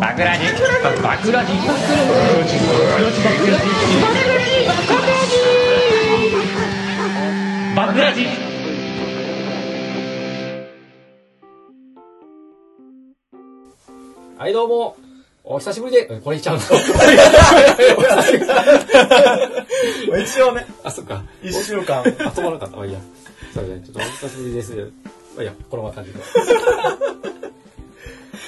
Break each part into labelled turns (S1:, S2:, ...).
S1: バクラジバクラジバクラジ
S2: はい、どうも。お久しぶりで、えこれ言っちゃうの
S3: 一応ね、
S2: あ、そっか。
S3: 一週間。
S2: あ、止まらなかった。まあいいや。そうね、ちょっとお久しぶりです。まあいいや、このまま感じで。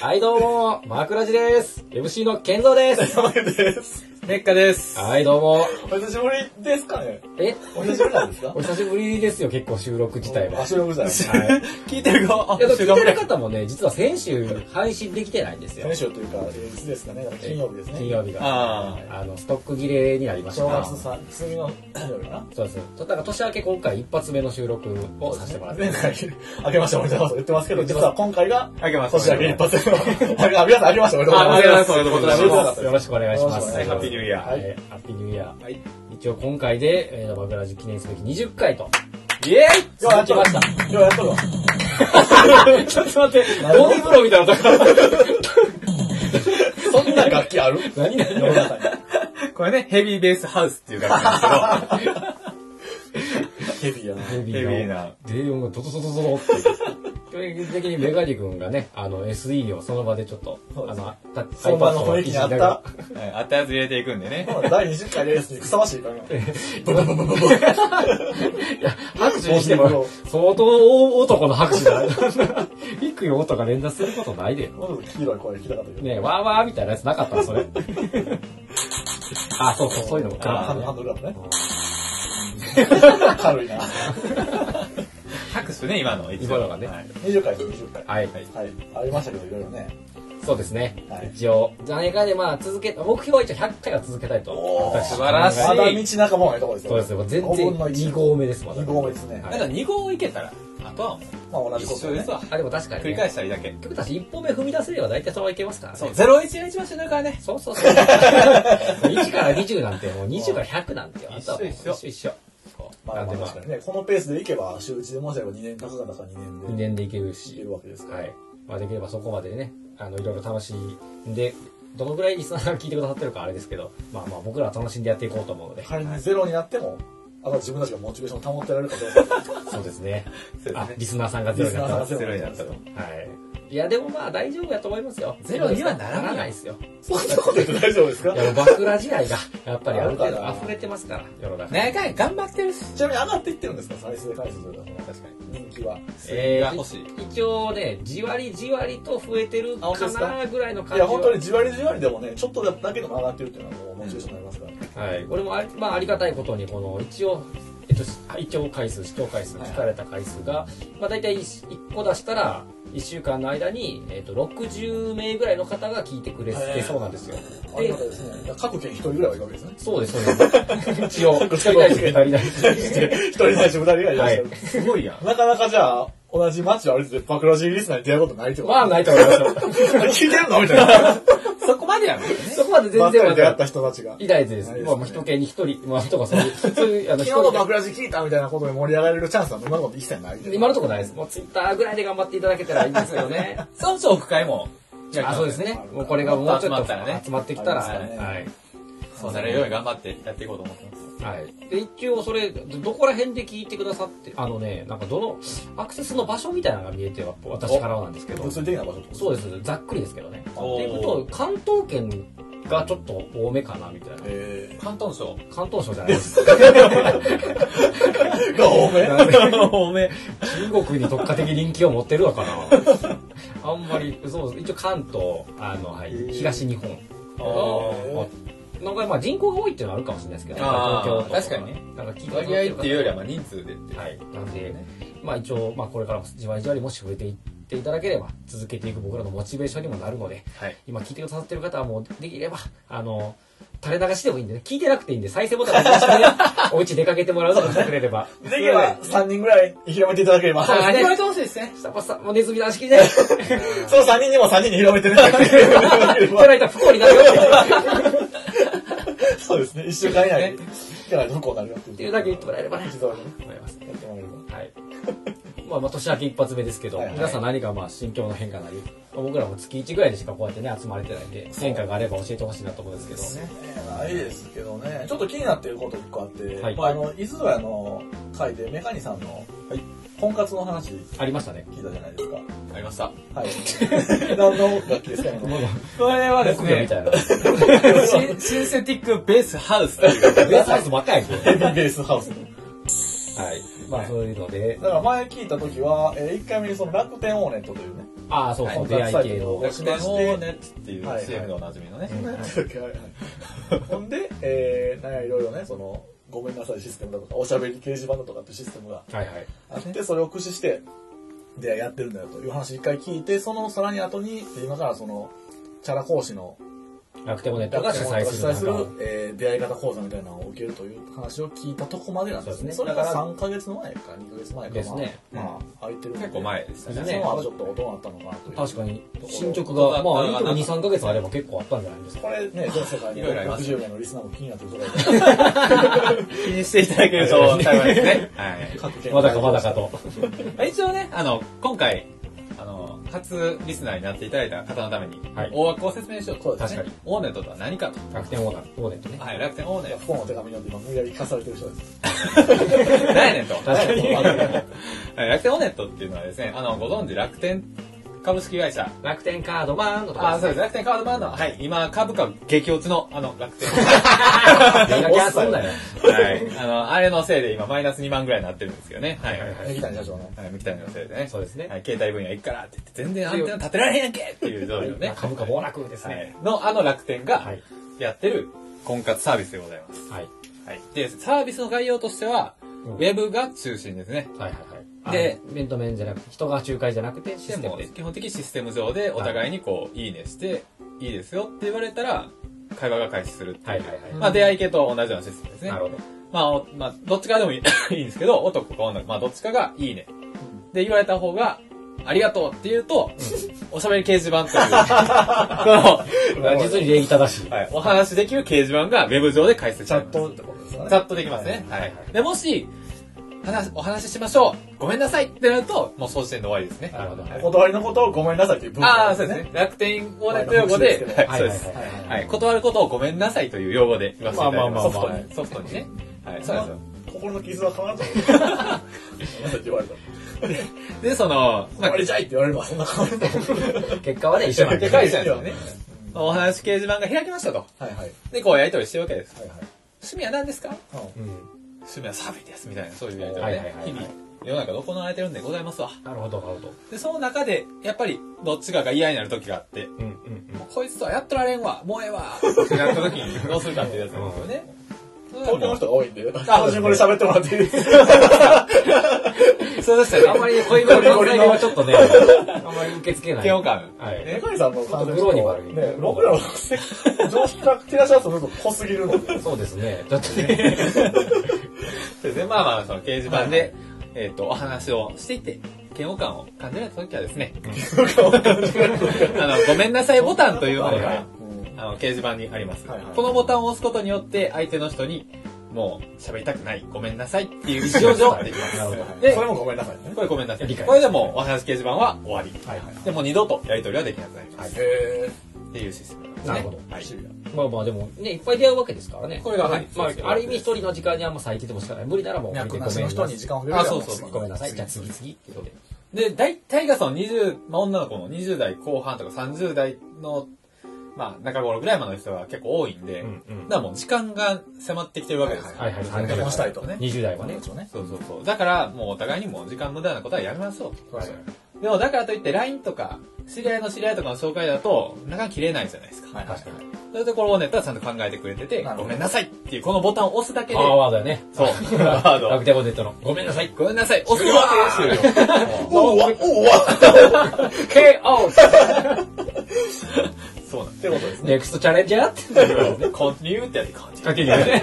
S2: はい、どうも。マークラジです。MC の健三です。
S3: おです。
S4: ネッカです。
S2: はい、どうも。
S3: お久しぶりですかね
S2: え、
S3: お久しぶりなんですか
S2: お久しぶりですよ、結構収録自体は。
S3: あ、そういうこと だ。先
S2: はい。
S4: 聞いてるか
S2: いや、でも聞いてる方もね、実は先週配信できてないんですよ。
S3: 週というか、えーいつですかね金曜日ですね。
S2: 金曜日が。
S4: あ
S2: あの、ストック切れになりました。
S3: 正月さ、次の金曜日かな
S2: そうです。だから年明け今回一発目の収録をさせてもらって
S3: 前。回、明けましておめでとうございます言ってますけど、実は今回が、
S4: あ。あげま
S3: 年明け一発目の。あ、皆さん、明けましておめでとうござい
S4: あ
S3: ます。
S4: 明けましておめでとうござい
S3: 知らなか
S4: ま
S3: った
S2: よ
S3: で
S2: ろしくお願いします。
S3: よろしくお願いします
S4: ハッピーニューイヤー
S2: はい、ハッピーニューイヤー。
S4: はい。
S2: 一応今回で、えー、バグラジ記念すべき20回と。
S4: イエーイ
S3: 今日やっとるわ。今日やっとるわ。
S2: ちょっと待って、
S3: なるほど
S2: ゴミ風呂みたいなところ。
S3: そんな楽器ある
S2: 何何
S3: 世の中に
S4: これね、ヘビーベースハウスっていう楽器なんです
S3: ヘビーやな。
S2: ヘビ
S4: ヘビ
S2: ー
S4: ー
S2: な
S4: な。
S2: 低音がドドドドド ドって。基本的にメガディ君がね、あの SE をその場でちょっと、
S3: そうで
S2: あ
S3: す
S2: の、タ
S3: その場の雰囲気に合った。
S4: けどはい、あったやつ入れていくんでね。
S3: まあ第20回レースにふさわしいから。ブブブブブブ
S2: 拍手にしても、相当大男の拍手だ。低い音が連打することないで。
S3: もっと黄色い声聞きたかったけど。
S2: ねえ、わーわーみたいなやつなかったそれ。あ、そうそう、そういうのも
S3: ハ
S2: か
S3: ン。ドルだね
S2: うん。
S3: 軽いな。
S4: 拍手ね、今の。一応
S2: 今のがね
S4: はい
S3: 20回です、20回。
S2: はい
S3: はい。ありましたけど、いろいろね。
S2: そうですね
S3: はい。
S2: 一応、何かでまあ続け、目標は一応100回は続けたいと。
S3: おー
S2: 私
S4: 素晴らしい
S3: まだ道仲間もないところですよ。
S2: そうですね、もう全然
S3: 5分の1。
S2: 2合目です、まだ。
S3: 2合目ですね。
S2: は
S4: ただ2号いけたら、あとはもう、
S3: まあ同じこ
S4: 一
S3: と
S4: 緒で
S3: ね
S4: す。わ。
S2: あ、でも確かに、
S4: 繰
S2: ね。
S4: り返したりだけ。
S2: 僕たち一歩目踏み出せれば大体そのままいけますからね。
S4: そう、01が一番しんどいからね。
S2: そうそう そう。1から20なんて、もう20から100なんて、あとはもう
S4: 一緒
S2: 一緒一緒。
S3: まあまあ確かにね、このペースでいけば、週1で申し上げば2年、たかがか2年で
S2: 2年でいける
S3: いけ
S2: し。
S3: るわけですから。
S2: はい。まあできればそこまでね、あの、いろいろ楽しんで、どのぐらいリスナーさんが聞いてくださってるかあれですけど、まあまあ僕らは楽しんでやっていこう と思うので。
S3: 仮にゼロになっても、あとは自分たちがモチベーションを保ってられるかどうか。
S2: そうですね。
S4: そう
S2: あ、
S4: で
S2: リ
S4: す
S2: スナーさんがゼロになったら。
S3: リス
S4: ね。0になったと。
S2: はい。いや、でもまあ大丈夫やと思いますよ。
S4: ゼロにはならない
S2: ないですよ。
S3: そんなこと言って大丈夫ですか
S2: いや、もうバクラ時 代が、やっぱりある程
S3: あるか
S2: 度
S3: ら
S2: 溢れてますから、世の中。
S4: 長い、頑張ってるし。
S3: ちなみに上がっていってるんですか再生回数というか、
S4: 確かに。
S3: 人気は。
S2: え
S4: が
S2: ー
S4: 欲しい。
S2: 一応ね、じわりじわりと増えてる
S4: あ本当
S2: か
S4: ですか
S2: なぐらいの感
S3: い
S2: じ
S3: や、
S2: は
S3: 本当にじわりじわりでもね、ちょっとだけでも上がってるっていうのはもうモチベーションになりますから。
S2: はい、これもあり,、まあ、ありがたいことにこの一応、えっと、一応回数視聴回数
S3: はい
S2: 聞かれた回数が、まあ、大体 1, 個出したら1週間の間に、えっと、60名ぐらいの方が聞いてくれてそうなんですよ
S3: ありがたいですね。だから各県一人ぐらいはいるわけですね。
S2: そう ですそうです一応
S3: そう
S2: 使いたい人足りない
S3: 一人ないし二人がいらっしゃる。
S4: すごいやん。
S3: なかなかじゃあ、同じ街を歩いてて、パクラジーリスナーに出会うことないってこと
S2: まあないと思い ますよ
S3: 聞いてるのみたい な。
S4: そこまでやもんね。
S2: そこまで
S3: ば
S2: 全
S3: っかり
S2: 然
S3: 出
S2: ま
S3: 会っ
S2: だ
S3: た人たちが。
S2: いないです
S3: ないですね
S2: まあもう人系に一人、まあ、とかそういうそういうあの
S3: 昨日のパ
S2: 人
S3: クラジ聞いたみたいなことで盛り上がれるチャンスは今のこと一切ない。
S2: 今のところないですもうツイッターぐらいで頑張っていただけたらいいんですよね
S4: 村長副会も、
S2: あそうですね。もうこれがもうちょっと集まってきたら、
S3: 集まったらね
S2: はい。
S4: そうなるように頑張ってやっていこうと思ってます。
S2: はい。で、一応それ、どどこら辺で聞いてくださって、あのね、なんかどの、アクセスの場所みたいなのが見えては、私からはなんですけど、
S3: 物理的な場所ってこと
S2: そうです。ざっくりですけどね。って
S4: おー
S2: いうこと、関東圏がちょっと多めかな、みたいな。
S3: え
S4: 関東省。
S2: 関東省じゃない です。
S3: ー。が多め
S4: おめ
S2: 中国に特化的人気を持ってるのか なあんまり、そうです。一応関東、あの、はい、
S3: ー
S2: 東日本。
S3: ー
S2: のが、まあ人口が多いっていうのはあるかもしれないですけど、
S4: あー
S2: 東京と
S4: 確かにね。
S2: なんか聞いてくださってる
S4: 割合
S2: 方
S4: っていうよりはまあ人数でって。
S2: はい。なんで、まあ一応、まあこれからもじわりじわりもし増えていっていただければ、続けていく僕らのモチベーションにもなるので、
S4: はい。
S2: 今聞いてくださってる方はもうできれば、あの、垂れ流しでもいいんでね、聞いてなくていいんで、再生ボタンを押して、 お家出かけてもらうとかしてくれれば。
S3: できれば3人ぐらい広めていただければ。そ
S2: そうですね
S4: 広めてほしいですね。
S2: 下っ端さん、もうネズミの足切り で、じ
S3: の3人にも3人に広めてね。
S2: ゃないと不幸になるよって
S3: そうですね。一週間以内に。だからどこになるよって
S2: いうだけ言ってもらえればね、
S3: 一度に
S2: 思います。
S3: やってもらえれば。
S2: はい。まあ、まあ年明け一発目ですけど、
S3: はいはい
S2: 皆さん何かまあ心境の変化なり、僕らも月1ぐらいでしかこうやってね、集まれてないんで、変化があれば教えてほしいなと思うんですけど。
S3: ないですけどねちょっと気になってること一個あって、
S2: はい
S3: まあ、あの伊豆の屋の会でメカニさんの婚活の話
S2: ありましたね。
S3: 聞いたじゃないですか
S4: ありました。
S3: はい何の楽器ですか今の
S4: これはです
S2: 僕らみ
S4: ね、
S2: たいな。
S4: シンシンセティックベースハウスっていう
S2: ベースハウスばっかりやんけ
S3: ヘビーベースハウス
S2: はい。まあ、そういうので、
S3: だから前聞いた時は、え1回目にその楽天オーネットというね
S2: ああ、そうそう、出会い系の。
S4: 楽天オーネットっていう
S3: はい
S4: CM でおなじみのね。
S3: ほんで、えー、なんやいろいろねそのごめんなさいシステムだとかおしゃべり掲示板だとかっていうシステムが
S2: はいはい。
S3: あってそれを駆使してでやってるんだよという話一回聞いてそのさらに後に今からそのチャラ講師の
S2: 楽天モネットが主催す
S3: 主
S2: る
S3: 催する
S2: なんか
S3: えー出会い方講座みたいなのを受けるという話を聞いたとこまでなんですね
S2: そ
S3: そう
S2: ですね
S3: れが3ヶ月前か2ヶ月前か
S2: ですね
S3: まあ、まあ空いてるんで
S4: 結構前でした
S3: そ
S4: ね。
S3: の後ちょっとどうなったのかなという
S2: 確かに、進捗が、まあ、いいとこ2、3ヶ月あれば結構あったんじゃないですか。
S3: これね全世界に
S4: いろいろあります
S3: 60名のリスナーも気になってるところ
S4: 気にしていただけると幸いですね。はい。
S3: で
S2: まだかまだかと。
S4: まあ一応ね、あの、今回、あの、初リスナーになっていただいた方のために
S2: はい、
S4: 大枠を説明しようと。
S3: そうです
S2: ね
S4: ねオーネットとは何か
S2: 楽天オーナー、オーネットね
S4: と。。はい、楽天オーネッ
S3: 不幸の手紙なんて今無理やり聞かされてる人です
S4: ト。何やねんと。
S2: 確かに。
S4: はい楽天オーネットっていうのはですね、あの、ご存知楽天株式会社。
S2: 楽天カードマンのと
S4: あ、
S2: か
S4: そうです。楽天カードマンの、はい、今、株価激落ちの、あの、楽天。
S2: ですね。いや、キャすんだよ。
S4: はい。あの、あれのせいで今、マイナス2万ぐらいになってるんですけどね。はい。はい、
S3: ね木谷社長の
S4: 三木谷のせいでね。
S2: そうですね
S4: はい、携帯分野行くからって言って、全然アンテナ立てられへんやんけっていう状況ね。
S2: 株価暴落です
S4: は
S2: ね。
S4: い、のあの楽天が
S2: はい
S4: やってる婚活サービスでございます。
S2: はい。
S4: はい、で、サービスの概要としては、
S2: うん
S4: ウェブが中心ですね。
S2: はいはいはい。
S4: で
S2: で、面と面じゃなくて、人が仲介じゃなくて、シ
S4: で
S2: ステ
S4: も
S2: ムです。
S4: 基本的にシステム上でお互いにこう、いいねして、いいですよって言われたら、会話が開始するっていう。
S2: はいはいはい
S4: まあ出会い系と同じようなシステムですね。
S2: なるほど。
S4: まあ、おまあ、どっちからでもい いいいんですけど、男か女か、まあ、どっちかがいいね。で、言われた方が、ありがとうって言うと、おしゃべり掲示板という、 その、
S2: 実に礼儀正しい。
S4: はい、お話しできる掲示板がウェブ上で開設
S3: チ
S4: さ
S3: ャ
S4: れ
S3: ッ
S4: ます
S3: トってことですよね
S4: チャットできますね。はい。で、もし、話、お話ししましょう。ごめんなさいってなると、もうその時点で終わりですね。
S2: なるほど。
S3: お断りのことをごめんなさいっていう文
S4: あ
S3: 化
S4: あ、そうですね。楽天語でという用語で、
S3: はい
S4: はい、そうです。
S2: はいは
S4: は
S2: い
S4: い、断ることをごめんなさいという用語で言わせていただきます。
S2: まあまあまあまあ
S4: ソフトに。ソフトにね。はい、そうですよ。
S3: 心の傷は変わると思うごめんなさいって言われた
S4: で、その、
S3: 終わりじゃいって言われればそんな変わると思う
S2: 結果はね、一緒なんで
S4: で。かいじゃないですかね。お話掲示板が開きましたと。
S3: はいはいはい
S4: で、こうやりとりしてるわけです。
S3: はい
S4: 趣味は何ですか
S3: うん
S2: うん
S4: 趣味はサーフィンです。みたいな、そういうやりとり
S2: は
S4: が
S2: いはい
S4: ね
S2: はいはい
S4: 日々、世の中で行われてるんでございますわ。
S2: なるほど、なるほど。
S4: で、その中で、やっぱり、どっちかが嫌になる時があって、
S2: うんうん
S4: もうこいつとはやっとられんわ、もうええわ、ってなった時にどうするかっていうやつなんですよね。
S3: 東京の人が多いんで
S4: あ
S3: 私これ喋ってもらっていいですか
S4: そうでしたね。あ
S2: うん。あん
S4: ん
S2: ま
S4: ま
S2: り
S4: り
S2: ね、恋の関西弁はちょっと ね、あんまり受け付けない。
S4: 嫌悪感。
S2: はい
S4: ね
S3: 中井さんも完全に
S2: ちょっとグローに悪い
S3: ね僕らの常識から照らし合わせると濃すぎるので
S2: そうですね。ちょっとね。
S4: そうですね。まあまあ、その掲示板で、えっと、お話をしていって、嫌悪感を感じられた時はですね、 あの、ごめんなさいボタンというものが、あの、掲示板にあります、
S3: はいはい
S4: このボタンを押すことによって、相手の人に、もう、喋りたくない、ごめんなさいっていう意思表示をできま
S2: なるほど
S4: す。で、
S3: それもごめんなさいね
S4: これごめんなさい。
S2: 理解
S4: これでもうお話掲示板は終わり。
S3: はいはい
S4: でもう二度とやり取りはできなくなります。
S3: へ
S4: っていうシステムなんですね。
S2: なるほど。
S4: はい。
S2: まあまあでもね、いっぱい出会うわけですからね。
S4: これがはい
S2: まあ、ある意味一人の時間にあんま割いててもしかない。無理ならもう、
S3: え
S2: ごめん
S3: な
S2: な
S3: し
S2: さい
S3: の人に時間をかける
S4: あそうそう
S2: ごめんなさい。じゃあ次次ってことで。
S4: で、大体がその20、まあ、女の子の20代後半とか30代の、まあ、中頃ぐらいまでの人が結構多いんで、
S2: うんうん
S4: だからもう時間が迫ってきてるわけですよ。
S2: はいはいはい
S3: 参加もしたいと
S4: ね
S2: 20代はね。
S4: そうそうそう。だから、もうお互いにもう時間無駄なことはやめましょうと。
S3: はい
S4: でもだからといって LINE とか、知り合いの知り合いとかの紹介だと、なかなか切れないじゃないですか。
S3: はい
S2: かに。
S4: そういうところをネットはちゃんと考えてくれてて
S3: なる、ほど
S4: ごめんなさいっていうこのボタンを押すだけで
S2: パ、ワーワードやね。
S4: そう、ワード
S2: 楽天ボネットの。ごめんなさい。
S4: ごめんなさい、押すわーって終了。
S3: おうわおうわ
S2: KO!
S4: そうなんで
S3: ってことですね
S2: ネクストチャレンジャーって。
S4: すよ。コンティニューってやって、コンティニュー。
S2: かけ るよね。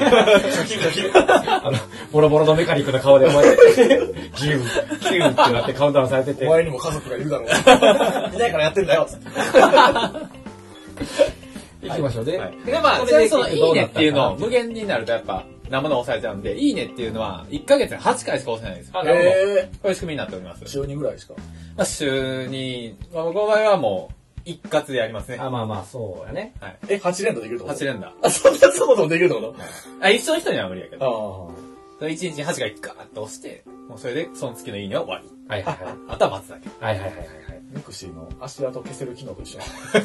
S2: あの、ボロボロのメカニックの顔でこうやって、ギュー、ギューってなってカウンターされてて
S3: お。前にも家族がいるだ ろういないからやってんだよつって
S2: 行きましょうね。
S4: はいで、まあ、
S2: こ
S4: ちなみ
S2: れ
S4: にそのいいねっていうのを
S2: ど
S4: 無限になるとやっぱ、なものを押されちゃうんで、いいねっていうのは、1ヶ月に8回しか押せないんですよ。
S2: あ、
S4: こ
S2: なるほど。
S3: え
S4: ういう仕組みになっております
S3: ー、。中2ぐらいしか。
S4: まあ、週に、まあ、僕の場合はもう、一括でやりますね。
S2: あ、まあまあ、そうやね。
S4: はい。
S3: え、8連打できるってこと
S4: 8連打。
S3: あ、そんな、そもそもできるってこ
S4: あ、一緒の人には無理やけど。
S3: と
S4: その1日に8回ガーッと押して、もうそれで、その月のいいねは終わり。
S2: はいはいはい。
S4: あとは待つだけ。
S2: はいはいはいはいはい。
S3: ああ。ミクシーの足跡消せる機能と一緒。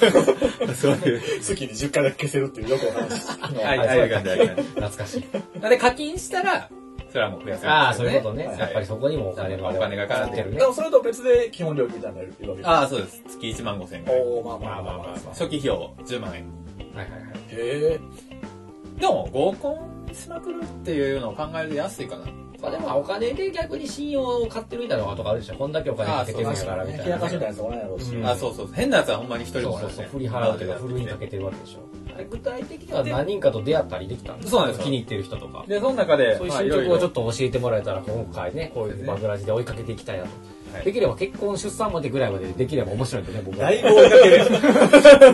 S4: そういう。
S3: 月に10回だけ消せるっていうよくお話聞くの。
S4: はい、ああいう感じ、ああいう感
S2: 懐かしい。
S4: じ。なんで課金したら、それはもう増やせ
S2: ああ、
S4: ます
S2: そ
S4: よ
S2: う
S4: ね
S2: いうことね。
S4: はい
S2: やっぱりそこにもお金が。
S4: お金がかかって
S2: てるね
S3: で。もそれと別で基本料金みたいになるわけ
S4: ああ、そうです。月1万5千円ぐらい。
S3: おー、まあまあまあまあ。
S4: 初期費用10万円。
S2: はいはいはい。
S3: へえ。
S4: でも、合コンしまくるっていうのを考えると安いかな。
S2: まあでもお金で逆に信用を買ってるみたいなのとかあるでしょ。こんだけお金かけてるんやからみた
S3: 冷
S2: いな。
S3: やかしみたいなやつもないやろうし。
S2: うん
S4: あ、そうそう。変なやつはほんまに一人
S2: そ
S4: も
S2: う
S4: お
S2: そ
S4: ら
S2: う
S4: ず
S2: そう
S4: ね。
S2: 振り払うというかふるいにかけてるわけでしょ具体的には何人かと出会ったりできたんですか
S4: そうなんですよ
S2: 気に入ってる人とか
S4: で、その中で、
S2: そういう
S4: まあ
S2: 進
S4: ろ
S2: 捗
S4: ろ
S2: をちょっと教えてもらえたら今回ねこういうバグラジで追いかけていきたいなと、
S4: はい
S2: できれば結婚出産までぐらいまでできれば面白いんでね僕
S3: だいぶ追いかけ る。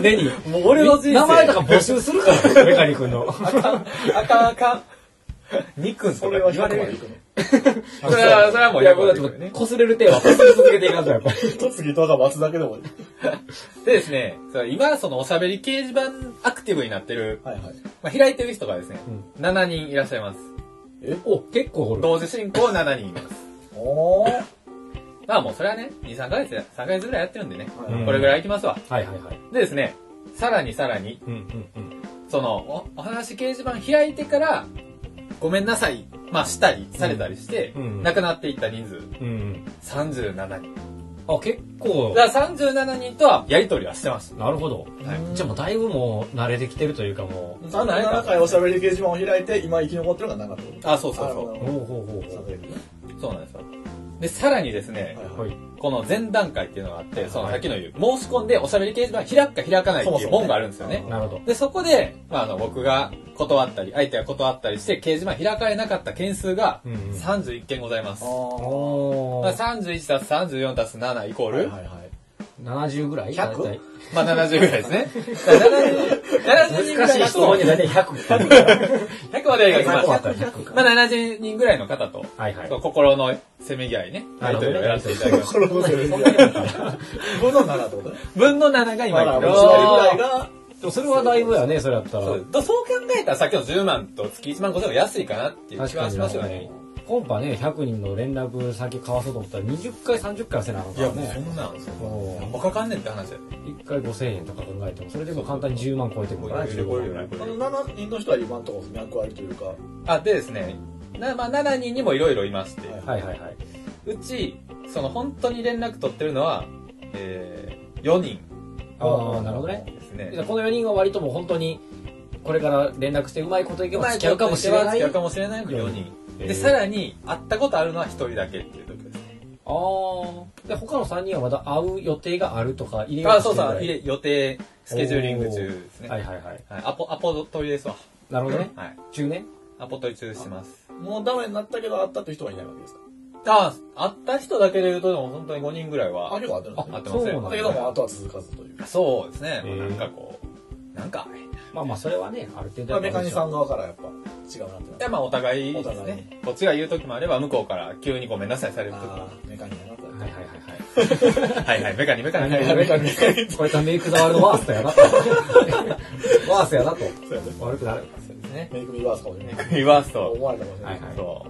S2: 年に
S4: もう俺の人生
S2: 名前とか募集するからメカニ君の
S4: あかんあかん。ニックンと
S3: そ
S4: か
S3: れは
S4: 言わ
S3: 100
S4: れ
S3: まで
S4: る
S3: いくの。
S4: それは、それはもう
S2: いや
S4: 100
S2: 僕
S4: まで
S2: だって
S4: いくよね。
S2: 擦れる手は擦り続けていかんとやっぱり
S3: 一月とか待つだけでもいい。
S4: でですね、それ今そのおしゃべり掲示板アクティブになってる、
S3: はいはい。
S4: まあ、開いてる人がですね、7人いらっしゃいます。
S2: お結構おる
S4: 同時進行7人います。
S3: おー。
S4: まあもうそれはね、2、3ヶ月、3ヶ月ぐらいやってるんでね、
S3: はい
S2: うん
S4: これぐらい行きますわ。
S2: はいはいはい
S4: でですね、さらにさらに、
S2: うんうん
S4: その、おお話掲示板開いてから、ごめんなさい、まあしたり、されたりして、
S2: うんうん
S4: 亡くなっていった人数、
S2: うんうん
S4: 37人。
S2: あ結構
S4: だから37人とはやりとりはしてました。
S2: なるほど
S4: はい
S2: じゃあもうだいぶもう慣れてきてるというかもう
S3: 37回おしゃべり掲示板を開いて、今生き残ってるのが7ってこと
S4: あ、そうそう
S3: あ
S4: そ
S3: なる
S2: ほうほうほう
S3: ほ
S2: ほ
S3: ど喋れるね
S4: う。そうなんですよ。で、さらにですね、
S3: はいう
S2: はい
S4: この前段階っていうのがあって、その
S2: はい
S4: さっきの言う、申し込んでおしゃべり掲示板開くか開かないって
S3: そも
S4: い
S3: そうもね
S4: 本があるんですよね。
S2: なるほど
S4: で、そこで、まあ、あの、僕が断ったり、相手が断ったりして、掲示板開かれなかった件数が
S2: うんうん
S4: 31件ございます。
S3: あ
S2: お
S4: まあ、31たす34たす7イコー
S3: ー
S4: ル、
S3: はいはいはい。
S2: 70ぐらい
S3: 100?
S2: 大体
S4: まあ、70ぐらいですね。だから70、70人ぐら
S2: 難し
S4: い
S2: い
S4: だ
S2: 質問に
S4: と、
S2: は大体100
S4: 100までがいきま
S2: 100あっ
S4: す。
S2: たら100か
S4: まあ、70人ぐらいの方と、
S2: はいはい
S4: そう心のせめぎ合いね、
S2: なるほど
S4: やりとりをやらせていただきまし
S3: 心の声で。5の7ってことね。
S4: た。分の7が今
S3: ま
S4: いる
S3: だ、おし
S4: そう
S3: ゃべりぐらいが、
S2: でもそれはだいぶやねそれやったら
S4: そう考えたらさっきの10万と月1万5000円は安いかなっていう
S2: 確
S4: 気
S2: か
S4: は
S2: に
S4: し
S2: な
S4: ますよね。
S2: コンパね100人の連絡先交わそうと思ったら20回30回はせなあかん
S4: い
S2: か
S4: や、
S2: ら
S4: もうそ
S2: ね
S4: んなん、
S2: も
S4: 何もかかんねんって話だよ。
S2: う1回5000円とか考えてもそれでも簡単に10万超えてくるから
S4: そうそう
S2: 15万
S3: あの7人の人は今のところ脈割りというか、は
S4: あ、でですね、なまあ、7人にもいろいろいまして、
S3: い
S2: はいはいはいう
S4: ち、その本当に連絡取ってるのは、えー、4人
S2: ああなるほどね
S4: です
S2: で
S4: ね。
S2: この4人は割ともう本当にこれから連絡してうまいこといけば付き合うかもしれ
S4: 付
S2: ない
S4: き合うかもしれないの4人。
S2: へー
S4: で、さらに、会ったことあるのは1人だけっていうとこですね。
S2: ああで他の3人はまだ会う予定があるとか入れよ
S4: あ、
S2: と
S4: そう
S2: して
S4: そう、
S2: るぐらい
S4: 入れ予定、スケジューリング中ですね。
S2: は
S4: はいい。
S2: はいはい
S4: アポ、アポ取りですわ。
S2: なるほどね
S4: はい。
S2: 中年
S4: アポ取り中してます。
S3: もうダメになったけど会ったという人はいないわけですか
S4: あ、会った人だけで言うと、でも本当に5人ぐらいは
S3: あ、結構会ってるんです
S4: 会
S3: ね
S4: ってますね
S3: だ
S2: そうなんだ
S3: けども、あとは続かずという。
S4: そうですね。
S2: へー
S4: なんかこう、なんか、
S2: まあまあそれはねある程度
S3: まあメカニさん
S2: ん
S3: 側からやっぱ違うなってなっ
S4: い
S3: て。
S4: やまあお互いで
S3: お
S4: す
S3: 互い
S4: ね。こっちが言う時もあれば、向こうから急にごめんなさいされる時も
S3: あーメカニやなと。
S2: はいはいはいはい
S4: はいはい、メカニメカニ。
S2: メカニこれとメイクザワールドワースト やなと。ワーストやなと。
S3: そうやね。
S2: 悪くなる。
S4: そうですね。
S3: メイクミバースかもしれない。
S4: 言わすと。
S3: 思われたかもしれない。
S2: はい
S4: そ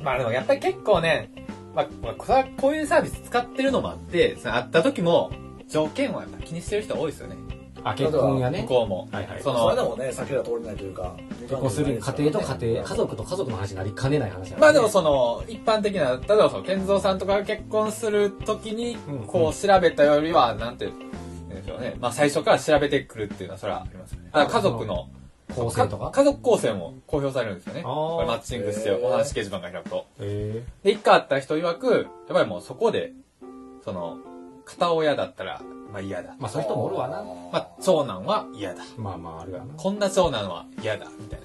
S4: う。まあでもやっぱり結構ね、まあ、まあこれはこういうサービス使ってるのもあって、その会った時も、条件はやっぱ気にしてる人多いですよね。
S2: あ、結婚や
S4: 向
S2: ね。
S4: こうも。
S2: はいはい
S4: そ
S3: それで
S4: の、
S3: もね、先が通れないというか、結
S2: 結婚する家庭と家庭、家族と家族の話になりかねない話や
S4: まあでもその、一般的な、例えばその、健三さんとかが結婚する時に
S2: うんうん、
S4: こう調べたよりは、なんて言うんでしょうね。まあ最初から調べてくるっていうのはそれはありますよね。だから家族の、
S2: 構成とか。
S4: 家族構成も公表されるんですよね。
S2: あー
S4: これマッチングして、
S3: へー
S4: お話掲示板が開くと。
S2: へ
S4: で、一家あった人曰く、やっぱりもうそこで、その、片親だったら、まあ嫌だ
S2: え。。まあそういう人もおるわな。
S4: まあ長男は嫌だ。
S2: まあまああるわな。
S4: こんな長男は嫌だ。みたい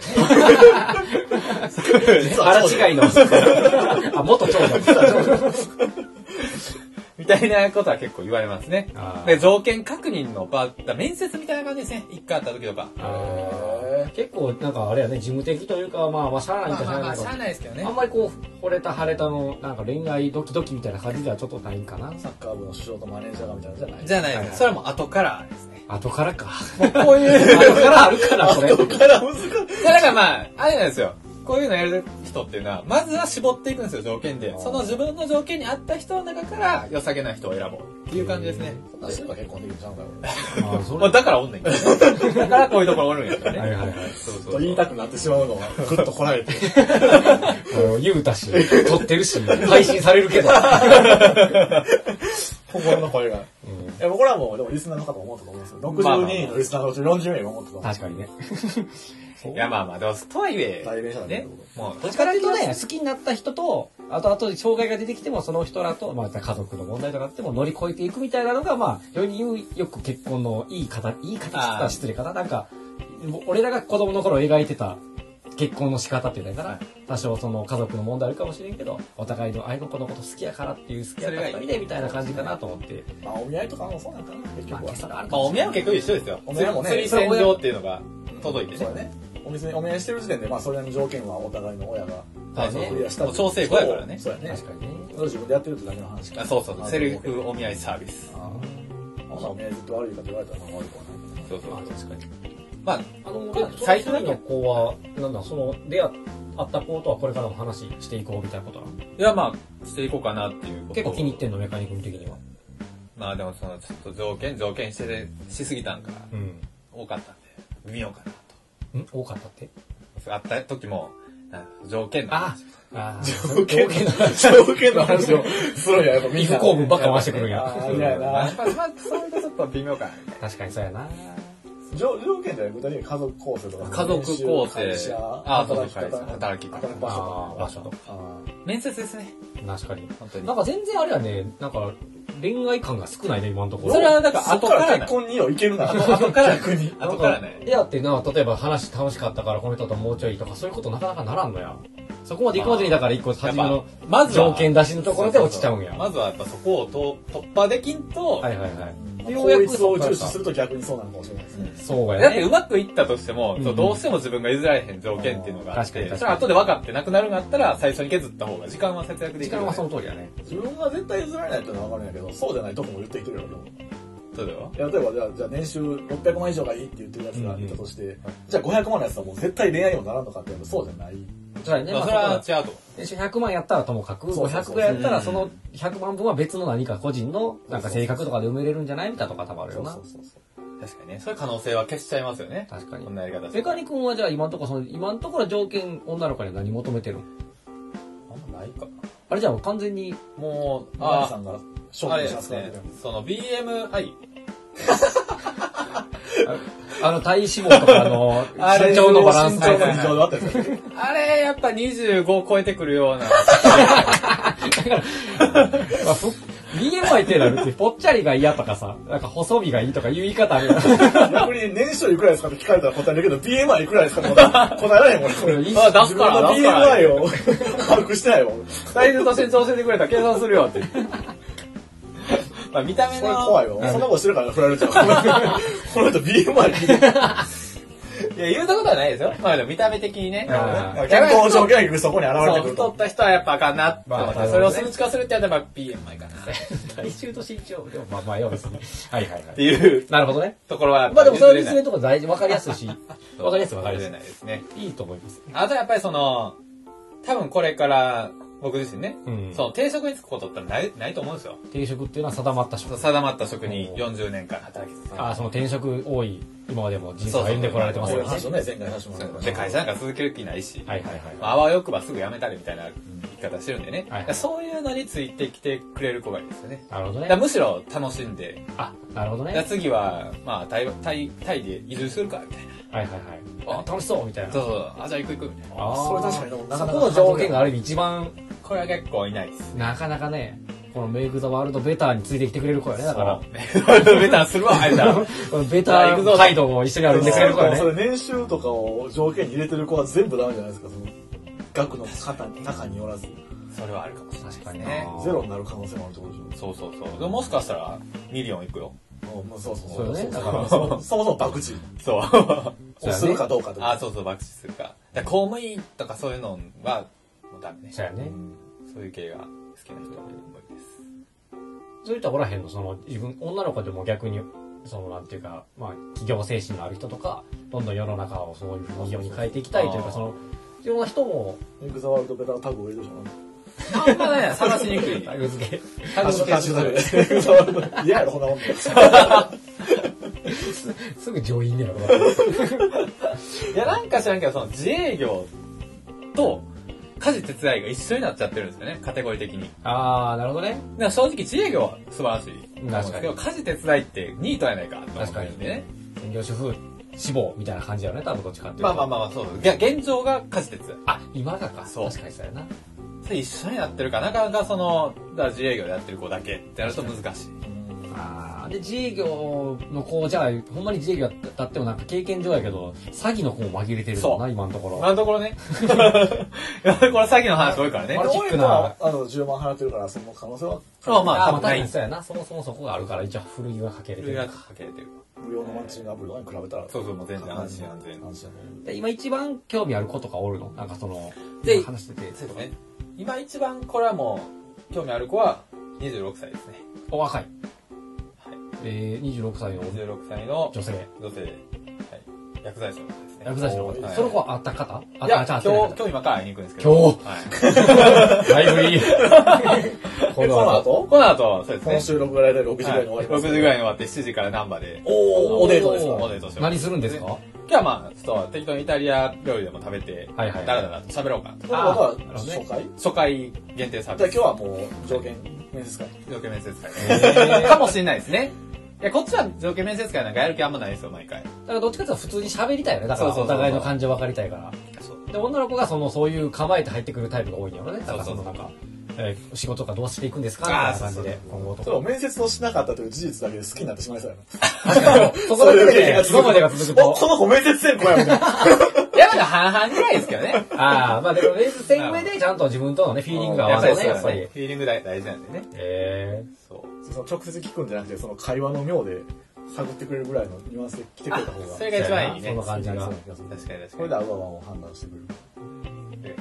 S2: 腹違いの。 あ、元長女。
S4: な。みたいなことは結構言われますね
S2: あ。ー
S4: で、条件確認の場、だ面接みたいな感じですね。一家あった時とか。
S2: あー
S3: え
S2: 結構なんかあれやね事務的というかまあまあしゃあないん
S4: まあ
S2: かしゃ
S4: ま
S2: あ
S4: あまあ、
S2: ないんか
S4: しゃあないですけどね
S2: あん。まりこう惚れた晴れたのなんか恋愛ドキドキみたいな感じではちょっとないんかな
S3: サッカー部の首相とマネージャーがみたいなのじゃない
S4: じゃあないです。それはもう後からですね。
S2: 後からか
S3: こう いう
S2: 後からあるからこれ
S3: 後から難しい
S4: いやだからまあ、あれなんですよ。こういうのやる人っていうのは、まずは絞っていくんですよ、条件で。その自分の条件に合った人の中から、良さげな人を選ぼうっていう感じですね。
S3: そんな人が結婚できるんちゃうんかよ
S2: まあそ
S4: まあ、
S2: れ
S4: だからおんねんけ ど。だからこういうところおるんやからね。
S2: はいはいはい
S4: そうそう
S3: と言いたくなってしまうのはぐっとこられて
S2: もう言うたし撮ってるし配信されるけど
S3: 心の声が、え僕らもでもリスナーの方も思ったと思うんですよ
S4: まあまあ
S3: 62人のリスナーのうち40名が思ったと思う
S2: 確かに ね
S4: いやまあまあ、でも、とはいえ
S3: 代弁者、だね
S4: ね、もう、
S2: どっちかというとね、好きになった人と、あとあと障害が出てきても、その人らと、まあ、家族の問題とかあっても乗り越えていくみたいなのが、まあ、よりよく結婚のいい方、いい形って言ったら失礼かな。なんか、俺らが子供の頃描いてた結婚の仕方っていうのやから、多少その家族の問題あるかもしれんけど、お互いの愛の子のこと好きやからっていう好きやからでみたいな感じかなと思って。
S3: まあお見合いとかもそうなんかな結
S2: まあ、
S3: 局は
S2: 今、朝があるか
S4: まあ、
S2: も
S4: お見
S2: しれ
S4: 合いも結構一緒ですよ。
S3: お見合いもね
S4: 釣り船場っていうのが届いて
S3: そう
S4: ね。
S3: だねお店にお見合いしてる時点でまあそれなりの条件はお互いの親が
S4: はいね
S3: クリアした
S4: もう調整後やからね
S3: そうやね
S2: ない。確かにね。
S3: それ自分でやってるってだけの話か
S4: あそうそうそう、
S3: あ
S4: セルフお見合いサービス。
S3: ああお見合いずっと悪いかと言われたらまあ悪くはないけど
S4: そうそうそう。
S2: 確かに。
S4: まあ、
S2: あの
S4: これ、
S2: 最初の子は、なんだ、その、出会った子とはこれからも話していこうみたいなことなの
S4: いやまあ、していこうかなっていうこと
S2: 結構気に入ってんの、メカニ君的には。
S4: まあでもその、ちょっと条件、条件して、しすぎたんか、
S2: う
S4: 多かったんで、見ようかなと。
S2: ん。ん多かったって
S4: あった時も、なんか条件の
S2: あああ、
S3: 条件の話の話をするんや、やっぱみんな。
S2: 皮膚公文ばっか回してくるん
S3: あ
S2: や。
S3: ー嫌や
S4: まあ、や
S3: な
S4: っ。ぱまあ、それがちょっと微妙かな。
S2: 確かにそうやな。
S3: 条条件じゃない具体的に家族構成とか。
S4: 家族構成
S3: 年収会社
S4: あそうそう
S3: 働き方、
S4: 働き方
S3: 働く場
S2: あ
S3: 所
S2: あ、場所とか。
S3: とか。
S4: 面接ですね、
S2: 確かに。
S4: 本当に
S2: なん。か全然あれはね、なんか恋愛感が少ないね、今のところ。
S4: それは、だか
S3: あ
S4: ら
S3: そ
S4: 後
S3: っ
S4: か
S3: からら
S4: な
S3: 結。婚によいけるな。
S4: 後から、
S3: 逆に。
S4: 後からね。
S2: 出会ってな、例えば話楽しかったからこの人ともうちょいとか、そういうことなかなかならんのや。そこまで行くまでに、だから一個初めの、
S4: まずは
S2: 条件出しのところで落ちちゃうんや
S4: そそそまずはやっぱそこをと突破できんと、
S2: はいはいはい。
S3: ようやくを重視すると逆にそうなのかもしれないですね。
S2: そう
S4: だ
S2: や
S4: って
S2: ね
S4: う。まくいったとしても、
S2: うん
S4: ちょっとどうしても自分が譲られへん条件っていうのがあっ
S2: 確かに
S4: て、
S2: 確
S4: そ
S2: か
S4: れ
S2: に
S4: 後で分かってなくなるんだったら、最初に削った方が時間は節約で
S2: 時
S4: きるよ
S2: 間
S4: ね。
S2: はその通りやね。
S3: 自分が絶対譲られないってのはわかるんやけど、そうじゃないとこも言ってきてるよ、でも。
S4: そうだよ
S3: いや例えばじゃあ、じゃあ年収600万以上がいいって言ってるやつがいたとして、じゃあ500万のやつはもう絶対恋愛にもならんのかって言うとそうじゃない。
S2: そうやね。
S4: ま
S2: ま
S4: あ
S2: あ
S4: そ
S2: そ
S4: れ
S2: れ
S4: は違
S2: は、
S4: うと思
S2: で100万やったらともかく、
S3: そうそう
S2: 500
S3: そう
S2: ぐらいやったらその100万分は別の何か個人のなんか性格とかで埋めれるんじゃないみたいなとかたまる
S3: そ
S2: よ
S3: う
S2: な
S3: そう。そうそう。
S4: う。確かにね。そういう可能性は消しちゃいますよね。
S2: 確かに
S4: こんなやり方
S2: メカニ君はじゃあ今のところその、今のところ条件女の子には何求めてるの
S4: あんまないかな。
S2: あれじゃあもう完全に、
S4: もう、
S3: あ
S4: あ
S3: あ。さん
S4: ー
S3: が勝
S4: あれ
S3: 負し
S4: で
S3: ますすから
S4: ね
S3: ね。。
S4: その BMI。
S2: あの体脂肪と かあの、
S4: あれ
S2: 身長のバランス
S3: 身
S2: と
S4: は
S3: 長
S4: い
S3: が
S2: か。
S3: 非常だったんですよ
S4: あれ、やっぱ25を超えてくる ような。
S2: まあふ BMI ってなるって、ぽっちゃりが嫌とかさ、なんか細身がいいとかいう言い方あるよ。
S3: 逆に年収いくらですかって聞かれたら答えるけど、BMI いくらですかって答えられへんもん、これ。
S2: いい
S4: あ、出すから、出すから。
S3: BMI を把握してないわ、俺。
S4: 体重と身長教えてくれたら計算するよって。 まあ見た目
S3: そ
S4: の。
S3: れ怖いわ。そんなことしてるから振られち ゃう。この人 BMI 聞いてる。
S4: いや、言うたことはないですよ。まあでも見た目的にね。
S2: あ
S4: うん
S3: 健康条件がそこに現れて
S4: そう、
S3: くる
S4: 太
S3: と
S4: っ。た人はやっぱあかんなって思っ
S2: まあ
S4: て、それを数値化するってやったらやっぱ BMI かな。っ
S2: 体重と身長、でもまあまあ、要はですね。はいはいは
S4: て
S2: い。
S4: いう
S2: なるほどね。
S4: ところはやっ
S2: ま
S4: ぱ
S2: あでもそういう
S4: 譲れ
S2: 説
S4: な
S2: 明
S4: い。
S2: とか大事、わかりやす いし、わかりやすいわかり
S4: 譲
S2: や
S4: れな
S2: す
S4: いですね。
S2: い。いいと思います。
S4: あとやっぱりその、多分これから、僕自身ね、
S2: うん
S4: そう、定職に就くことってない、ないと思うんですよ。
S2: 転職っていうのは定まった職。
S4: 定まった職に40年間働き続け
S2: ああ、その転職多い、今までも人生歩んでこられてます
S3: そうい
S2: よ
S3: う
S2: ね。
S3: 話をね、前回話しましたけど
S4: てで、会社なんか続ける気ないし、
S2: はいはい
S4: ま
S2: は
S4: ああわよくばすぐ辞めたりみたいな言い方してるんでね、
S2: はいはい
S4: そういうのについてきてくれる子がいいですよね。
S2: い。なるほど
S4: だから
S2: ね。
S4: むしろ楽しんで、
S2: あ、なるほどね。
S4: じゃあ
S2: はい
S4: 次は、まあ、タイ、タイ、タイで移住するか、みたいな。
S2: はいはい。あ、楽しそうみたいな。
S4: そうそう、あ、じゃあ行く行く、みたいな。
S2: あー
S3: それ確かにでもなかなか
S2: そこの条件がある意味一番、
S4: これは結構いないです。
S2: なかなかね、このメイク・ザ・ワールド・ベターについてきてくれる子やね、だ から。
S4: そう、ベタンするわ、あいつら。
S2: このベター街道を一緒に歩いてくれる子や
S3: そ
S2: ね。
S3: れ年収とかを条件に入れてる子は全部ダメじゃないですか、その。額の肩中によらず、
S4: それはあるかもしれないです
S2: 確かに
S4: ね
S2: な。
S3: ゼロになる可能性もあるってことでしょ。
S4: そうそうそう。でももしかしたら、ミリオン行くよ。
S3: もうもうそうそう
S2: そうよね
S3: だ
S2: だ
S3: か
S2: からら
S3: そもそも爆打
S4: そう。
S3: をするかどうかとか
S4: あ、そうそう、爆死するか。だから公務員とかそういうのは、もうダメね。
S2: そうやね。
S4: そういう系が好きな人は無理です。
S2: そういったおらへんの、その、自分、女の子でも逆に、その、なんていうか、まあ、企業精神のある人とか、どんどん世の中をそういうふうに世に変えていきたいというか、
S4: あー
S2: その、いろんな人も、
S3: エグザワールドベタータグを入れるじゃん
S4: あんまね、探しにくい。
S2: タグ付け、
S4: タグ
S3: ハッシ
S4: 付け
S3: ュタグでエグザワールド嫌やろこんなもん
S2: すぐ上位になるわ。
S4: いや、なんか知らんけど、その自営業と家事手伝いが一緒になっちゃってるんですよね、カテゴリー的に。だか
S2: あー、なるほどね。
S4: ら正直自営業は素晴らしい。
S2: 確かに
S4: でも家事手伝いってニートやないかと思ってるんでね。
S2: 専業主婦志望みたいな感じだよね、多分どっちかっていう
S4: ま
S2: と。
S4: あまあまあまあ、そう。いや、現状が家事手伝い。
S2: あ、今だか。
S4: そう
S2: 確かにそうやな。
S4: それ一緒になってるから、なかなかその、だから自営業でやってる子だけってやると難しい。
S2: あーで、自営業の子、じゃあ、ほんまに自営業だってもなんか経験上やけど、詐欺の子も紛れてるもんな、今のとこ
S4: 今
S2: ろ。
S4: のところ ね。今のところ詐欺の話多いからね。
S2: あれ
S3: 多いのはあの10万払ってるからその可能性は
S4: まあまあ、
S2: あ
S4: 多
S2: ー、まあ
S4: 分
S2: 確
S4: な
S2: か
S4: い
S2: に。そうやな。そもそもそこがあるから、一応、古いはかけれ
S4: そ
S2: て
S4: れが
S2: る。
S4: かけれてる。
S3: 無料のマッチングアプリとかに比べたら
S4: そうそう、もう全然安心安全。
S3: 安心やね
S2: で今一番興味ある子とかおるのなんかその、
S4: で
S2: 今話してて。
S4: そうですね。今一番これはもう、興味ある子は26歳ですね。
S2: お若い。
S4: はい。
S2: えー、26歳の
S4: 26歳の
S2: 女性。
S4: 女性、はい。薬剤師の方ですね。
S2: 薬剤師の方
S4: はい
S2: その子はあった方あ
S4: いや、
S2: あじゃ
S4: 今
S2: あ
S4: 日、今
S2: 会って
S4: 日今から会いに行くんですけ
S2: 今
S4: ど。
S2: 日
S4: はい。
S2: ないだいぶいい。 こ
S3: えこの
S2: の後。
S3: 後
S4: この後、そうです
S3: こ
S4: ね
S3: の。収録ぐらいで6時ぐらいに終わ
S4: はい
S3: りま
S4: 6
S3: す
S4: 時ぐらいに終わって7時からナンバで。
S3: おおおデートですか
S4: おデートします
S2: 何するんですか
S4: 今日はまあ、ちょっと適当にイタリア料理でも食べて、
S2: はいはい
S4: だらだらと喋ろうかなと。
S3: ということは
S2: なるほ
S3: 初
S2: どね
S3: 回
S4: 初回限定サー
S3: じゃあ今
S4: ビス。
S3: 日はもう条件面接会
S4: 条件面接会。 かもしれないですね。いや、こっちは条件面接会なんかやる気あんまないですよ、毎回。
S2: だからどっちかっていうと普通に喋りたいよね。だか
S4: そう
S2: ら
S4: そう
S2: お
S4: そう
S2: 互いの感情分かりたいから。
S4: そう
S2: で、女の子がその、そういう構えて入ってくるタイプが多いんやろね。だから
S4: そ
S2: そう
S4: そ
S2: の
S4: う
S2: なんか、えー仕事とかどうしていくんですかみ
S4: あ
S2: た
S4: ー
S2: いな感じで、
S4: そう
S2: 今後と
S3: そ
S2: か
S3: う。面接をしなかったという事実だけで好きになってしまいそうやな
S2: そこ
S3: そう
S2: だけ
S3: いう意味
S2: で、
S3: が
S2: 今までが続く
S3: お
S2: と。
S3: この子面接せん子やみたいない
S4: や、まだ半々ぐらいですけどね。
S2: ああ、まあでも、レース戦上でちゃんと自分とのね、フィーリングが合
S4: やっ
S2: わ
S4: ぱ
S2: せ
S4: り
S2: る
S4: そうで
S2: ね、やっ
S4: す
S2: ぱ
S4: ね
S2: り。。
S4: フィーリング大大事なんでね。
S2: え
S4: そう。
S3: その直接聞くんじゃなくてその会話の妙で探ってくれるぐらいのニュアンスで来てくれた方が
S4: それが一番いい
S2: そ
S4: ね
S2: うやなそん。な感じが
S3: そうな気がする
S4: 確かに確
S3: そ
S4: か
S3: れ
S4: に
S3: で。アウアワンを判断してくれる
S4: で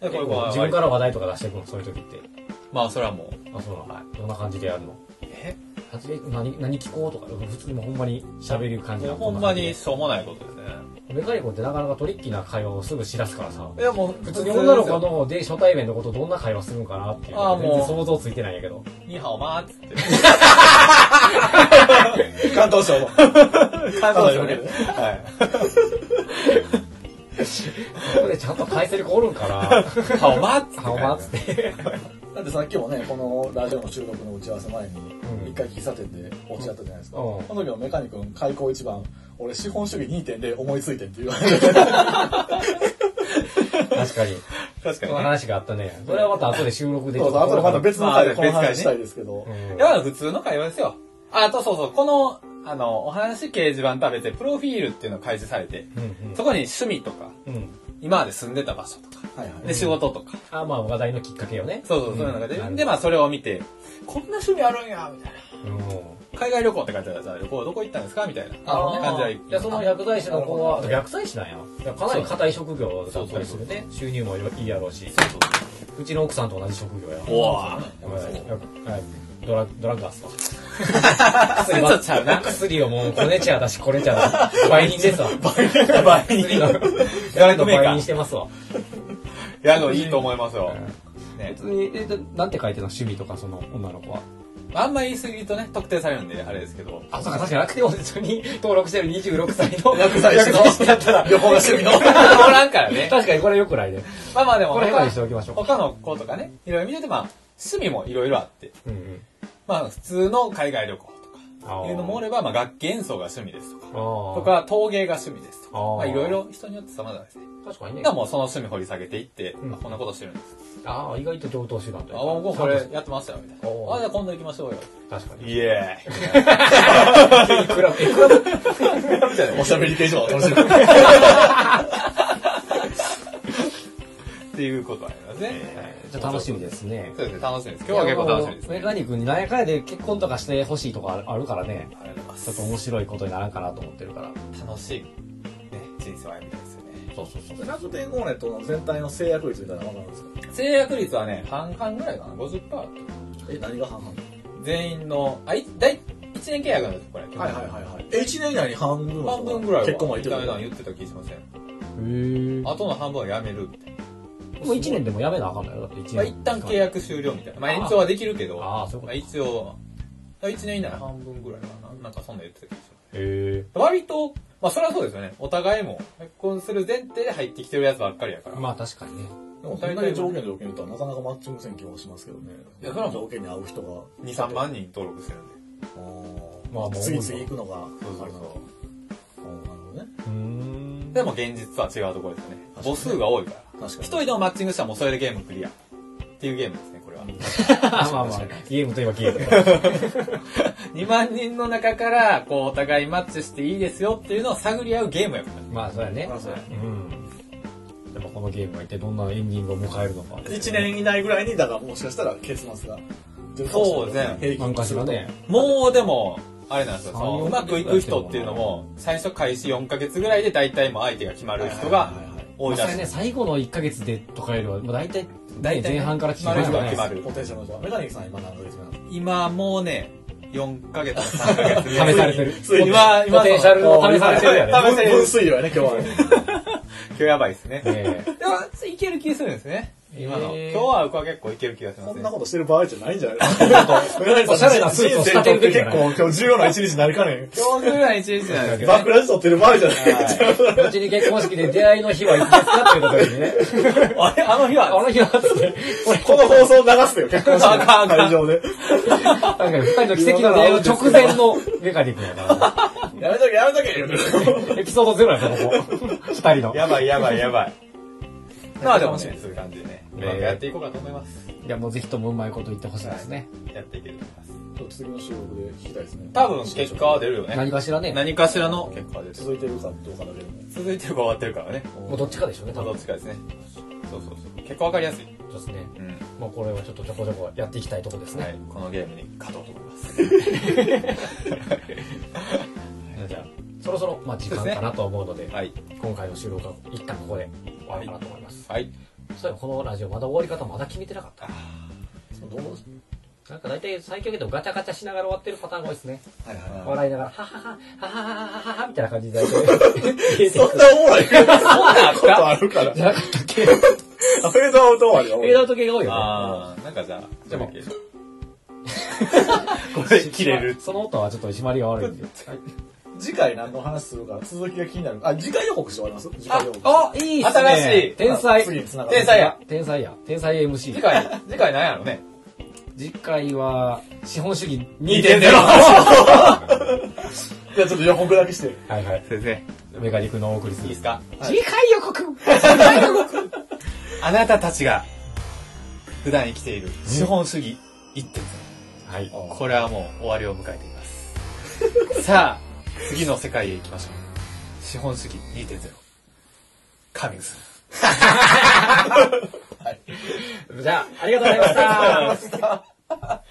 S2: え
S4: でこれ
S2: ー。
S4: は
S2: 自分から話題とか出してくの、そういう時って。
S4: まあ、それはもう。
S2: あ、そうなの。どんな感じでやるの
S4: え
S2: え何、何聞こうとか、普通にもうほんまに喋る感じなの
S4: ほんまに。しょうもないことですね。
S2: メカリコってなかなかトリッキーな会話をすぐ知らすからさ。
S4: いや、もう、
S2: 普通に女の子の方で初対面のことどんな会話するんかなっていう。
S4: あーもう
S2: 全然想像ついてないんやけど。
S4: ニーハオマーっつって。
S3: 関東省の
S4: 感動
S3: 動し
S4: し
S3: ま
S4: ますす
S3: ね
S4: ね。 は
S2: そこでちゃんと返せる子おるんかな
S4: い。ハオマーっつって。
S2: ハオマつって。
S3: だってさっきもねこのラジオの収録の打ち合わせ前に
S2: うん
S3: 一回喫茶店で落ち合ったじゃないですか、
S2: うん
S3: その時のメカニ君開口一番俺資本主義2.0思いついてんっていう
S2: 確かに。
S4: 確か
S2: そ
S4: に
S2: の
S4: ね。
S2: 話があったね。それはまた後で収録でち
S3: そ
S2: ょ
S3: う
S2: っ
S3: そう
S2: と。
S3: あとまた別の回でこの
S4: まあ別回ね
S3: 話したいですけど、
S2: うん
S4: いや、普通の会話ですよ。あと、そうそう、この、あの、お話掲示板食べて、プロフィールっていうのを開示されて、
S2: うんうん
S4: そこに趣味とか、
S2: うん。
S4: 今まで住んでた場所とか、
S3: はいはい
S4: で、仕事とか、
S2: あ、まあ話題のきっかけよね。
S4: そうそう、そういうのが出
S2: う
S4: て、
S2: ん
S4: で、まあ、それを見て、こんな趣味あるんや、みたいな。
S2: うん
S4: 海外旅行って書いてあるから、旅行どこ行ったんですかみたいな
S3: あー
S4: 感じはい
S2: じゃあその薬剤師の子は、薬剤師なんや。いやかなり硬い職業だったりするね。収入もいいやろうし。うちの奥さんと同じ職業や。
S4: おわ
S2: やばいはいドラドラッグアスか。
S4: 薬とちゃうな
S2: 薬をもうこねちゃだし、これちゃだ し。売人ですわ。
S4: バイ
S2: 薬の、
S4: ドラッグメーカー
S2: 売人してますわ。
S4: いや、でもいいと思いますよ。ね
S2: 普。通に、え、でなんて書いてるの趣味とか、その女の子は。
S4: あんま言い過ぎるとね、特定されるんで、あれですけど。
S2: あ、そうか、確かに、アクティブ一緒に登録してる26歳 の
S3: 薬剤 師の
S2: だったら、
S3: 旅行が趣味の
S4: おらんからね。
S2: 確かにこれ良くないね。
S4: まあまあでも
S2: これ
S4: 他、
S2: 辺までしておきましょう
S4: 他の子とかね、いろいろ見てて、まあ、趣味もいろいろあって、
S2: うんうん。
S4: まあ、普通の海外旅行と
S2: あ
S4: か、
S2: ー
S4: いうのもおれば、まあ、楽器演奏が趣味ですとか、
S2: と
S4: と、か、陶芸が趣味ですとか、
S2: あー
S4: まあ、いろいろ人によって様々ですね。
S2: 確かに
S4: だ
S2: ね
S4: から。もうその趣味掘り下げていって、
S2: ん
S4: あこんなことしてるんです。
S2: ああ、意外と上等手段という
S4: あ、
S2: か
S4: もうこれやってましたよ、みたい
S2: お
S4: な。
S2: ー
S4: あ、じゃあ今度行きましょうよ。
S2: 確かに。
S4: イ エ
S2: クラブ、えクラブ
S4: ーイみたいな。
S3: お しゃべり系上は楽しみ
S4: っていうことはありますね。はい
S2: じゃあ楽しみですね。
S4: そうですね、楽しみです。今日は結構楽しみです、ね。
S2: メカニックに何やかんやで結婚とかしてほしいとかあるからね。
S4: ありがとうございます
S2: ちょっと面白いことにならんかなと思ってるから。
S4: 楽しい、ね、人生を歩みたいですよね。
S2: そうそうそ
S3: で
S2: う。
S3: 楽天コーネットの全体の制約率みたいなのが分かるんですか
S4: 制約率はね、半々ぐらいかな、50%。
S3: え、何が半々
S4: 全員の、あ、い第1年契約なんですよ、これ。
S3: はいはいはいはい。え、1年以内に半分は
S4: 半分ぐらいは
S3: 結婚まで行っ
S4: ダメ
S3: て
S4: だ
S3: る
S4: 言ってた気がしません。
S2: へえ。
S4: あとの半分はやめるみたい
S2: もう一年でもやめなあかんのよ。だって一
S4: な。
S2: 年。
S4: まあ、一旦契。約終了みたいな。まあ、延長はできるけど、
S2: ああそういうこと
S4: まあ、一応、1年以内の半分ぐらいかな。なんかそんな言ってた気がします。
S2: へ
S4: 割と、まあそれはそうですよね。お互いも結婚する前提で入ってきてるやつばっかりやか
S2: え。
S4: ら。
S2: まあ確かにね。
S3: でも、そんだけ条件条件言ったらなかなかマッチング選挙はしますけどね。
S4: いやそれはもう
S3: 条件に合う人が。
S4: 2、3万人登録してるんで。
S2: まあ
S3: あ
S2: もう
S3: ー次々行くのが、
S4: そうそう
S3: あれなのあーなるほどね。
S2: うーん。
S4: でも現実は違うところですよね。
S3: 確か
S4: 母
S3: に
S4: 数が多いから。
S3: 確か
S4: 一
S3: に。
S4: 人でもマッチングしたらもうそれでゲームクリア。っていうゲームですね、これは。
S2: まあまあまあ、ゲームといえばゲーム。
S4: 2万人の中から、こう、お互いマッチしていいですよっていうのを探り合うゲームやから。
S2: まあそうやね。
S3: あそうや
S2: うん。でもこのゲームは一体どんなエンディングを迎えるのか。
S3: 1年以内ぐらいに、だからもしかしたら結末が出るかもしれ
S4: そ
S3: ない。
S4: うですね
S3: 平均
S2: なんかしらね。
S4: もうでも、あれなんですよ、そのう
S2: 3-4
S4: まくいく人っていうのも、最初開始4ヶ月ぐらいで大体もう相手が決ま
S3: する
S4: る
S3: 人
S4: 人
S3: が
S4: が
S2: ま
S4: 多い
S2: あそ
S4: らし
S2: れ
S4: い
S2: ね、。最後の1ヶ月でとかよりは、まあ大体、
S4: 大体ね
S2: 前半から決ま
S4: あ
S2: る
S4: れ
S2: じ
S4: 人
S2: ゃ
S4: が
S2: ない
S4: 決まる
S3: ポテンシャルの人は。メカニックさん今何ヶ月目なんですか
S4: 今もうね、4ヶ月か3ヶ月
S2: 試されてる。
S4: ついに今、今
S2: ポテンシャルの試されてるやね。
S4: 試されてる
S3: 分水量やね、今日はね。
S4: 今日やばいですね。
S2: え
S4: でも、いける気するんですね。今の。
S2: えー
S4: 今日は僕は結構いける気がします
S3: こ
S4: ね
S3: んな。ことしてる場合じゃないんじゃないですか。
S2: おしゃれなスーツを仕立てる時じ
S3: 結
S2: ゃない
S3: 構今日重要な一日になりかね
S4: 今日ぐらい一日なんです
S3: ん。
S4: けど、ね。
S3: 爆弾取ってる場合じゃない。
S2: えうちに結婚式で出会いの日はいつですかっていうことにね。
S4: あれあの日
S2: あ
S4: は、
S2: の日はつって、俺、
S3: この放送流すよ、結婚式
S4: あかんあ
S3: の
S4: かん
S3: 会場で。
S2: なんか二人の奇跡の出会いの直前のメカニックやな。
S3: やめとけ、やめとけ、言うてる
S2: エピソードゼロやぞ、ここ。二人の。
S4: やばいやばいやば い。まあでも
S3: 楽しみ
S4: ね、
S3: です
S4: そういう感じでね、う
S2: えー
S4: まくやっていこうかと思います。
S2: いや、もうぜひともうまいこと言ってほしいですね。
S4: やっていけると思います。
S3: ちょっと次の収録で聞きたいですね。
S4: 多分結果は出るよね。
S2: 何かしらね、
S4: 何かしらの結果は出る。
S3: 続いてるかどうかだけでも。
S4: 続いてるか終わってるからね。
S2: もうどっちかでしょうね、
S4: ま
S2: 多
S4: あど
S2: 分
S4: っ。ちかですね。そうそうそう。結構わかりやすい。
S2: そうですね。
S4: うん。
S2: もうこれはちょっとちょこちょこやっていきたいとこですね。
S4: はい、このゲームに勝とうと思います。
S2: じゃあ、そろそろ、まあ、時間かなと思うので、
S4: はい。
S2: 今回の収録は一旦ここで終わろうかなと思います。
S4: はい。
S2: そういえばこのラジオまだ終わり方まだ決めてなかった。
S3: どう
S2: なんか大体最強ゲームガチャガチャしながら終わってるパターンが多いですね。
S3: はいはいは
S2: 笑いながら、ははは、ははははははみたいな感じで大体。
S3: い。そんなおもろいことあるから。
S2: じゃなかったっけ
S3: フェードアウト終わりだ
S2: フェードアウト系が多いよね。
S4: ああ、なんかじゃあ、
S2: じゃあもう
S4: それだけこれ切れる。
S2: その音はちょっと締まりが悪いんで。
S3: 次回何の話するか続きが気になる。あ、次回予告して終わります次回予告。
S2: あ、いいっすね。
S4: 新しい
S2: 天才。
S3: 次に繋がる。
S4: 天才や。
S2: 天才や。天才 MC。
S4: 次。回、次回なんやろ ね。
S2: 次回は、資本主義
S4: 2.0!
S2: 2.0。
S3: じゃあちょっと予告だけして。
S2: はいはい。
S4: 先生、
S2: メガニクのお送りす
S4: いいで
S2: る
S4: す。か
S2: 次回予告次回予告
S4: あなたたちが、普段生きている資本主義1.0。
S2: はい。
S4: これはもう終わりを迎えています。さあ、次の世界へ行きましょう。資本主義2.0。カミングス。
S2: じゃあ、ありがとうございました。